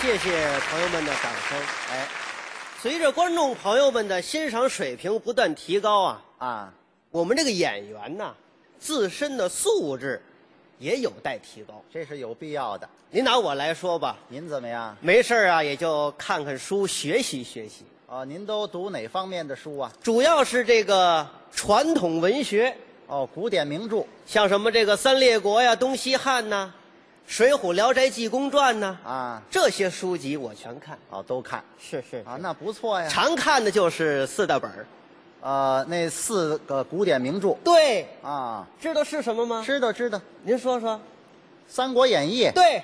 谢谢朋友们的掌声。哎，随着观众朋友们的欣赏水平不断提高啊，啊，我们这个演员呐，自身的素质也有待提高。这是有必要的。您拿我来说吧，您怎么样？没事儿啊，也就看看书，学习学习，哦，您都读哪方面的书啊？主要是这个传统文学，哦，古典名著像什么这个三列国呀、东西汉呐、水浒》《聊斋》《济公传》呐、啊，这些书籍我全看。哦，都看是是啊，那不错呀。常看的就是四大本儿。呃，那四个古典名著对，啊，知道是什么吗？知道知道，《您说说。三国演义》《对，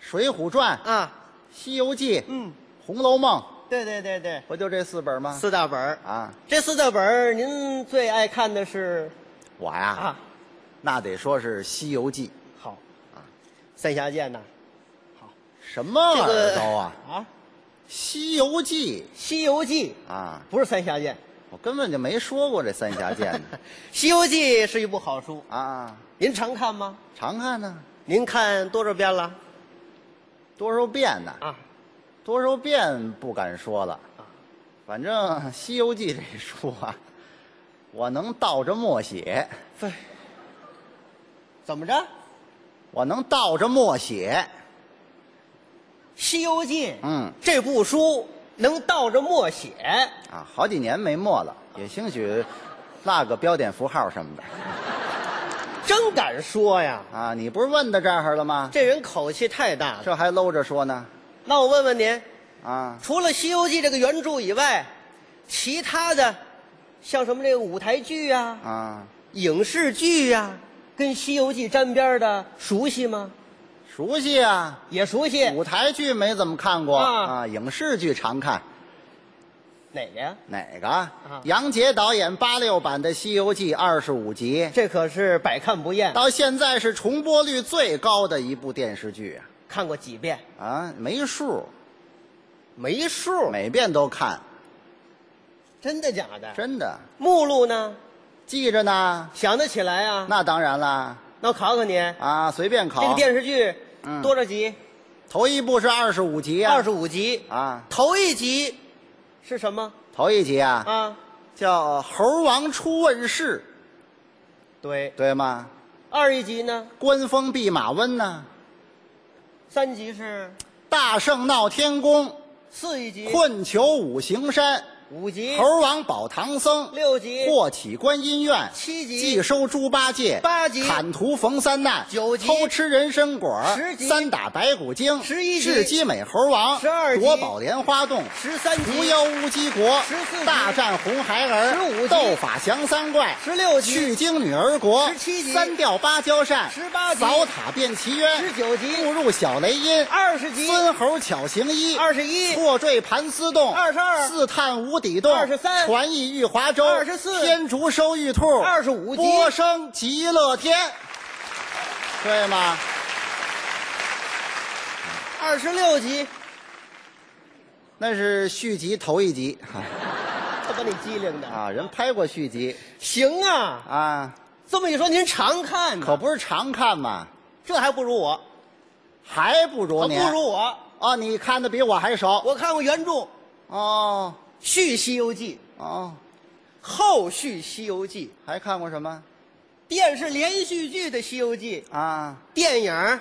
水浒传》《啊，西游记》《嗯，红楼梦》，对对对对，不就这四本吗？四大本儿。啊，这四大本儿，您最爱看的是我呀，啊？那得说是《西游记》。好啊，三峡剑呐，什么这玩意个儿都啊，啊，西游记《西游记》》啊，不是三峡剑，我根本就没说过这三峡 剑呢《西游记》是一部好书，啊，您常看吗？常看呢、您看多少遍了？多少遍呢、啊，多少遍不敢说了啊。反正《西游记》这书啊， 我能倒着默写，对，怎么着？《我能倒着默写。西游记》嗯这部书能倒着默写，啊，好几年没默了，也兴许落个标点符号什么的真敢说呀！啊。你不是问到这儿了吗？这人口气太大了。这还搂着说呢那我问问您，啊？除了《西游记》这个原著以外，其他的像什么这个舞台剧呀、啊、啊，影视剧呀、啊，跟《西游记》沾边的熟悉吗？熟悉啊。也熟悉。舞台剧没怎么看过啊啊，影视剧常看。哪个呀？哪个？杨洁导演八六版的《西游记》二十五集，这可是百看不厌，到现在是重播率最高的一部电视剧啊！看过几遍啊，没数，没数。每遍都看，真的假的？真的目录呢？记着呢。想得起来啊？那当然啦，那我考考你，啊，随便考。这个电视剧嗯多少集？头一部是二十五集啊，二十五集。啊，头一集是什么头一集啊，啊？叫《猴王出问世对》，，对吗？二一集呢？官封弼马温呢，三集是大圣闹天宫，四一集，困囚五行山，五集，猴王保唐僧，六集，霍启观音院，七集祭收猪八戒，八集砍屠冯三难，九集偷吃人参果，十集三打白骨精，十一集智击美猴王，十二集夺宝莲花洞，十三狐集，妖乌鸡国，十四集大战红孩儿， 15集斗法降三怪，十六集，去经女儿国， 17集三吊芭蕉扇， 18集扫塔变奇冤，十九集，误入小雷音，二十集，孙猴巧行医，二十一，错坠盘丝洞， 22四探无底洞， 23传艺玉华州， 24天竺收玉兔， 25集波生极乐天，对吗？二十六集，那是续集头一集 这把你机灵的。啊，人拍过续集行啊，啊，这么一说您常看呢，可不是常看嘛，这还不如我，还不如还您，不如我，哦，你看的比我还少我看过原著《哦续西游记哦，》，后续《西游记还看过什么》，电视连续剧的《西游记》，啊？电影儿《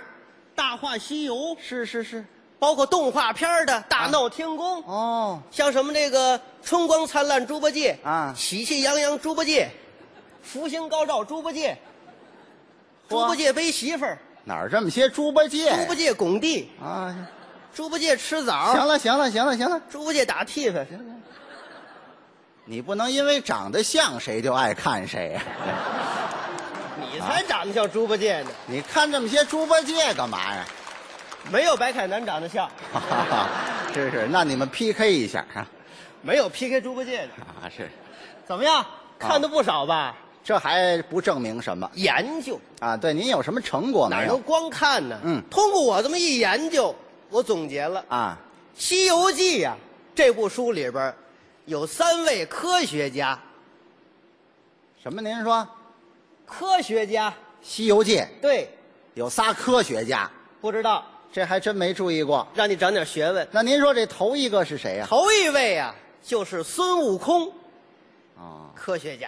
大话西游》，是是是，包括动画片儿的《大闹天宫》哦，像什么这个“春光灿烂猪八戒”啊喜气洋洋猪八戒”，“福星高照猪八戒”，猪嚯八戒背媳妇儿，哪儿这么些猪八戒？猪八戒啊拱地，啊，猪八戒吃枣，行了行了行了行了。猪八戒打屁股，你不能因为长得像谁就爱看谁啊呀、你才长得像猪八戒呢，你看这么些猪八戒干嘛呀？没有白凯南长得像，哈哈哈， 是是，那你们 PK 一下啊！没有 PK 猪八戒的，啊，是，怎么样？啊看的不少吧？这还不证明什么研究啊？对，您有什么成果哪没能有？光看呢？嗯通过我这么一研究，我总结了。啊， 《西游记、呀，这部书里边儿有三位科学家，什么？您说《科学家西游记》对，有仨科学家，不知道这还真没注意过。让你长点学问。那您说这头一个是谁呀、头一位啊，就是孙悟空，啊？科学家。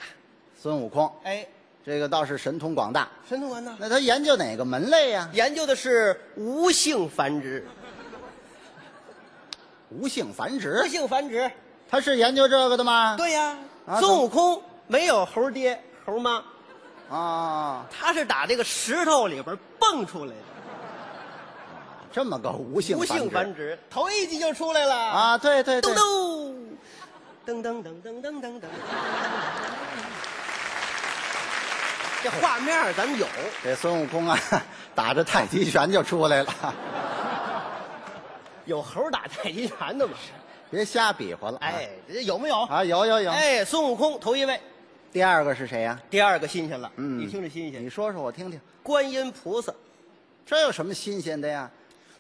孙悟空，哎，这个倒是神通广大。神啊童丸呢？那他研究哪个门类呀、研究的是无性繁殖，无性繁无殖，性繁殖。他是研究这个的吗？对呀、啊孙悟空没有猴爹猴妈，啊，他是打这个石头里边蹦出来的，这么个无性无繁性殖繁殖，头一集就出来了啊！啊？对对噔对，噔，噔噔噔噔噔噔噔。这画面儿咱们有，这孙悟空啊， 打着太极拳就出来了。有猴打太极拳的嘛？别瞎比划了。哎，这有没有？啊，有有有。哎，孙悟空头一位，第二个是谁呀、第二个新鲜了，嗯，你听着新鲜你，说说我听听，观音菩萨。这有什么新鲜的呀？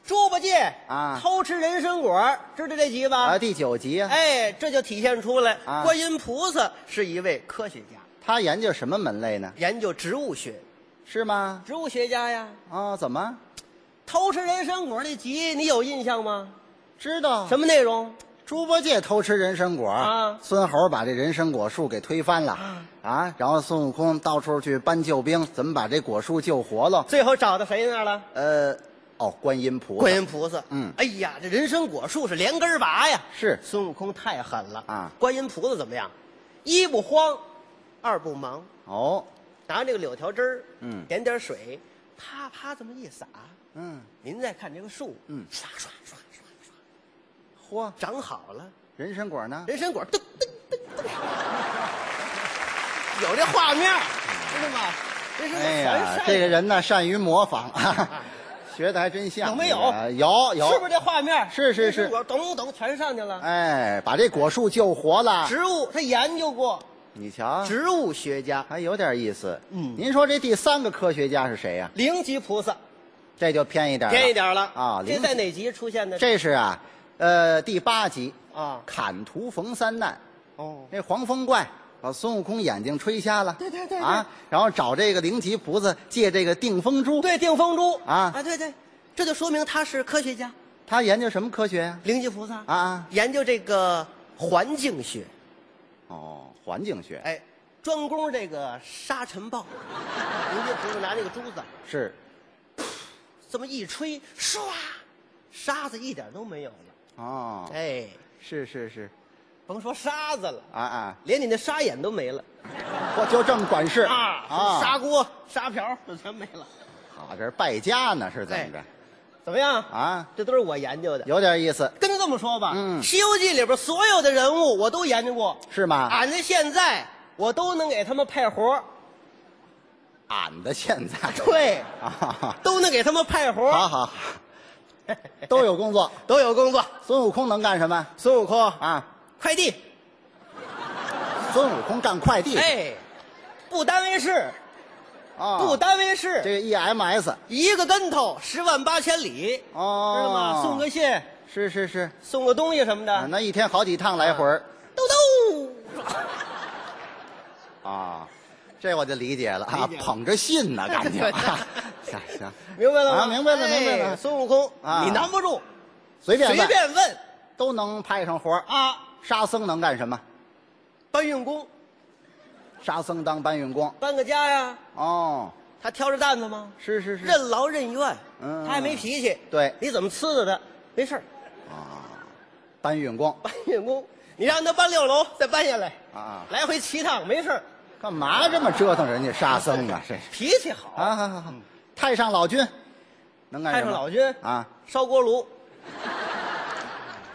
猪八戒啊偷吃人参果，知道这集吧？啊，第九集啊，哎，这就体现出来，啊观音菩萨是一位科学家，他研究什么门类呢？研究植物学，是吗？植物学家呀。哦，怎么偷吃人参果那集你有印象吗？知道？什么？么内容？猪八戒偷吃人参果啊孙猴把这人参果树给推翻了啊，然后孙悟空到处去搬救兵，怎么把这果树救活了？最后找到谁那儿了？呃，哦，观音菩萨，观音菩萨。嗯哎呀，这人参果树是连根儿拔呀。是孙悟空太狠了啊观音菩萨怎么样？一不慌，二不忙，哦，拿这个柳条枝儿，嗯点点水，啪啪这么一撒，嗯，您再看这个树，嗯唰唰唰唰唰，嚯，长好了，人参果呢？人参果噔噔噔噔，有这画面，知道吗？人参果哎全晒呀着，这个人呢，善于 模仿啊，学的还真像。有没有这个有有，是不是这画面？是是是人参果咚咚全上去了。哎，把这果树救活了。植物他研究过，你瞧，植物学家还有点意思。嗯您说这第三个科学家是谁呀、灵吉菩萨这就偏一点，偏一。点了啊这灵在哪集出现的？这是啊，呃，第八集，啊砍图逢三难。哦，那黄风怪把孙悟空眼睛吹瞎了，对对对对啊，然后找这个灵吉菩萨借这个定风珠。对，定风珠啊啊，对对，这就说明他是科学家，他研究什么科学呀、灵吉菩萨啊啊，研究这个环境学，哦，环境学哎，专攻这个沙尘 暴。灵吉菩萨拿这个珠子是这么一吹，唰，沙子一点都没有了。哦，哎，是是是，甭说沙子了，啊啊，连你那沙眼都没了我就这么管事啊啊！砂锅、沙瓢这 全没了。好，这是败家呢，是怎么着？怎么样？啊，这都是我研究的。有点意思，跟他这么说吧，嗯西游记》里边所有的人物我都研究过，是吗？俺这现在我都能给他们派活儿俺的现在对，啊，哈哈都能给他们派活儿好好，好都有工作。都有工作。孙悟空能干什么孙悟空，啊？快递，孙悟空干快递，哎，不单位事，啊，不单位事，这个 E EMS 一个跟头十万八千里，哦，知道吗？送个信，是是是，送个东西什么的，啊那一天好几趟来回儿兜兜。啊，这我就理解了啊理解，了捧着信呢，感觉对 行行，明白了吗？啊明白了明白了哎孙悟空，啊你难不住，随便随问便问都能派上活儿啊。沙僧能干什么？搬运工，沙僧当搬运工。搬个家呀，哦，他挑着担子吗？是是是。任劳任怨，嗯他还没脾气。对你怎么呲着他？没事儿，搬运工搬运工，你让他搬六楼，再搬下来，啊，来回七趟，没事儿，干嘛这么折腾人家沙僧啊？这是脾气好。啊，好好好，太上老君能干太什么？上老君啊，烧锅炉，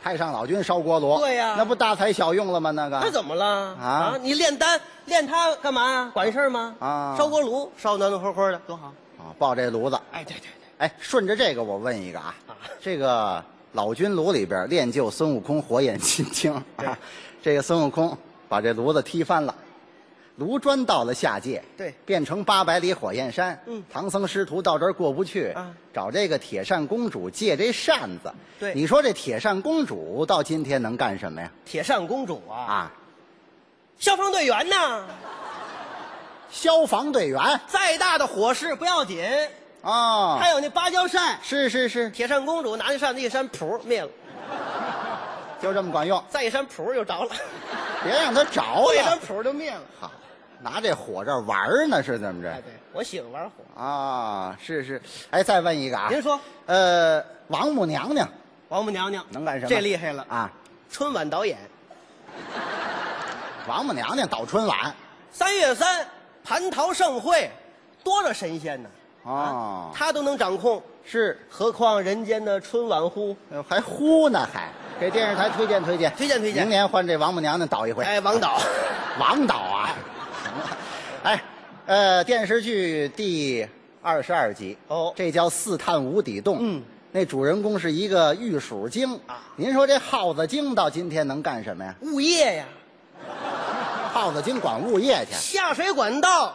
太上老君烧锅炉，对呀那不大材小用了吗？那他个怎么了？啊你炼丹炼他干嘛呀？管事儿吗？啊烧锅炉烧暖暖和和的多好。啊，抱这炉子，哎，对对对，哎，顺着这个我问一个啊啊，这个老君炉里边练就孙悟空火眼金睛啊，这个孙悟空把这炉子踢翻了。卢铢到了下界，对变成八百里火焰山。嗯唐僧师徒到这儿过不去，啊找这个铁扇公主借这扇子。对你说这铁扇公主到今天能干什么呀？铁扇公主啊，啊，消防队员呢？消防队员再大的火势不要紧，啊还，有那芭蕉扇，是是是，铁扇公主拿那扇子一扇，噗灭了，就这么管用，再一扇，噗又着了，别让他着再一扇，了。噗就灭了。好，拿这火这儿玩儿呢，是怎么哎，着？对，我喜欢玩火。啊，是是。哎，再问一个啊，您说，呃，王母娘娘王母娘娘能干什么？这厉害了！啊！春晚导演，王母娘娘倒春晚三月三蟠桃盛会，多少神仙呢？哦她都能掌控，是，何况人间的春晚乎？呃还呼呢，还给电视台推荐推荐，推荐推荐明年换这王母娘娘倒一回。哎，王 导，王导啊， 行了，哎，呃，电视剧第二十二集哦这叫《四探无底洞》。嗯，那主人公是一个玉鼠精啊您说这耗子精到今天能干什么呀？物业呀，耗子精管物业去下水管道，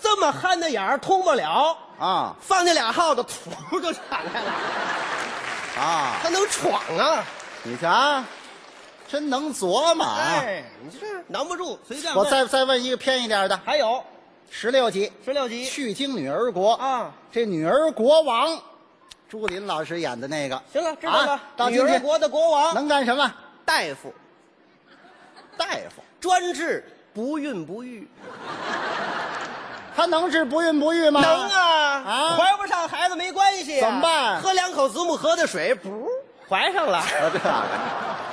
这么憨的眼儿通不了，啊放那俩耗子，突就敞开了，啊！他能闯啊！你瞧，真能琢磨啊！哎，你这难不住，随便我问再再问一个偏一点的，还有十六集十六《集去经女儿国》啊，这女儿国王，朱琳老师演的那个，行了，知道了啊。到女今儿天国的国王能干什么？大夫，大夫，专治不孕不育，他能治不孕不育吗？能！啊，啊怀不上孩子没关系啊，怎么办喝两口子母河的水，不怀上了。啊，这样的